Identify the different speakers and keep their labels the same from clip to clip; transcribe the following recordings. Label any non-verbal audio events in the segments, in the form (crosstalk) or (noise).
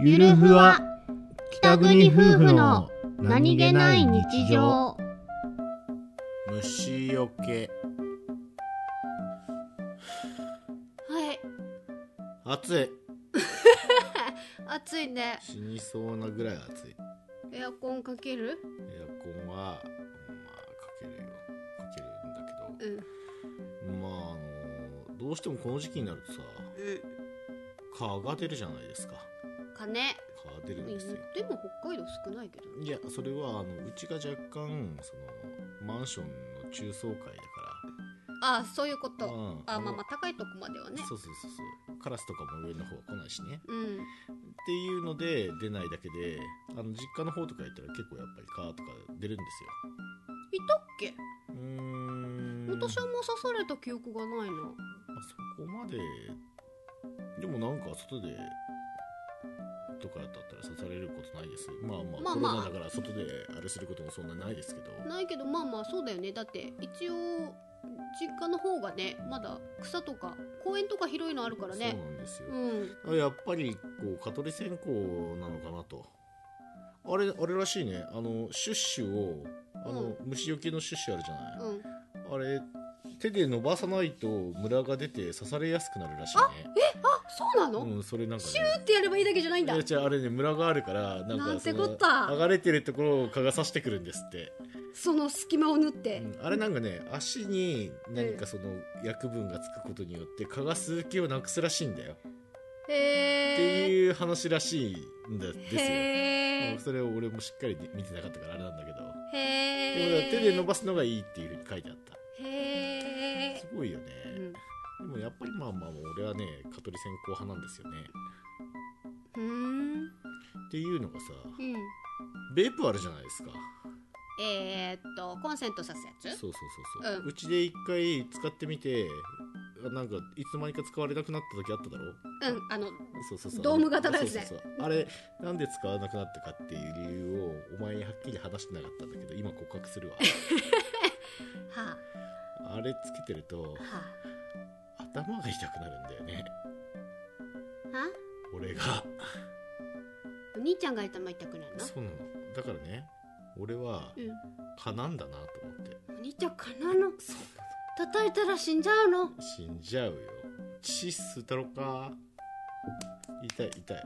Speaker 1: ゆるふわ北国夫婦の何気ない日常
Speaker 2: 虫よけ
Speaker 3: はい
Speaker 2: 暑い
Speaker 3: 暑いね
Speaker 2: 死にそうなぐらい暑いエ
Speaker 3: エアコンかける
Speaker 2: アコンはまあかけるよかけるんだ
Speaker 3: うん
Speaker 2: け
Speaker 3: うん
Speaker 2: どまああのどうしてもこの時期になるとさ蚊が出るじゃないですか
Speaker 3: 金
Speaker 2: 蚊が出るん
Speaker 3: で
Speaker 2: ですよ
Speaker 3: も北海道少ないけどね
Speaker 2: いやそれはあのうちが若干そのマンションの中層階だか
Speaker 3: ああそういうこ
Speaker 2: ら
Speaker 3: と
Speaker 2: うん
Speaker 3: あまあ
Speaker 2: の
Speaker 3: まあ高いとこまではね
Speaker 2: そうそうそうそうカラスとかも上の方は来ないしね
Speaker 3: うん
Speaker 2: っていうので出ないだけであの実家の方とか行ったら結構やっぱり蚊とか出るんですよ
Speaker 3: いたっけ
Speaker 2: うーん
Speaker 3: 私はもう刺された記憶がないな
Speaker 2: まあそこまででもなんか外でとかだったら刺されることないですまあまあ、
Speaker 3: まあまあ
Speaker 2: コロナだから外であれすることもそんなないですけど
Speaker 3: ないけどまあまあそうだよねだって一応実家の方がねまだ草とか公園とか広いのあるから
Speaker 2: そう
Speaker 3: ね
Speaker 2: なんですよ
Speaker 3: う、ん
Speaker 2: あやっぱりこう蚊取り線香なのかなとあれあれらしいねあのシュッシュをあの、虫除けのシュッシュあるじゃない、
Speaker 3: うん
Speaker 2: あれ手で伸ばさないとムラが出て刺されやすくなるらしいね
Speaker 3: あそうなの、
Speaker 2: うんそれなんかね
Speaker 3: シューってやればいいだけじゃないんだ
Speaker 2: いや違うあれねムラがあるからなん
Speaker 3: な
Speaker 2: か
Speaker 3: ん
Speaker 2: そ
Speaker 3: て
Speaker 2: の
Speaker 3: こった
Speaker 2: 剥がれてるところを蚊が刺してくるんですって、
Speaker 3: その隙間を縫って、
Speaker 2: うんあれなんかね足に何かその薬分がつくことによって蚊が吸う気をなくすらしいんだよ、って
Speaker 3: へえ
Speaker 2: いう話らしいんだですよ
Speaker 3: へ
Speaker 2: うん
Speaker 3: ー
Speaker 2: それを俺もしっかり見てなかったからあれなんだけど、でも
Speaker 3: へ
Speaker 2: ね手で伸ばすのがいいっていうふうに書いてあった
Speaker 3: すへえ
Speaker 2: すごいよね、
Speaker 3: うん
Speaker 2: でもやっぱりまあまあ俺はね蚊取り線香派なんですよね
Speaker 3: ふーん
Speaker 2: っていうのがさ
Speaker 3: うん
Speaker 2: ベープあるじゃないですか
Speaker 3: えー、っとコンセント刺すやつ
Speaker 2: そうそうそうそううんうち、で一回使ってみてあなんかいつの間にか使われなくなった時あっただろ
Speaker 3: うんあの
Speaker 2: そうそうそう
Speaker 3: ドーム型のやつね
Speaker 2: そうそうそうあれなんで使わなくなったかっていう理由をお前にはっきり話してなかったんだけど今告白す
Speaker 3: (laughs)
Speaker 2: るわ
Speaker 3: は
Speaker 2: あれつけてると
Speaker 3: あは
Speaker 2: 頭が痛くなるんだよね
Speaker 3: あは
Speaker 2: 俺が
Speaker 3: お兄ちゃんが頭痛くなるの
Speaker 2: そうなのだからね俺は
Speaker 3: う
Speaker 2: 蚊なんだなと思って
Speaker 3: んお兄ちゃんかなの叩いたら死んじゃうの
Speaker 2: 死んじゃうよ血吸ったろか痛い痛い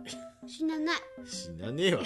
Speaker 3: 死なない
Speaker 2: 死なねえわ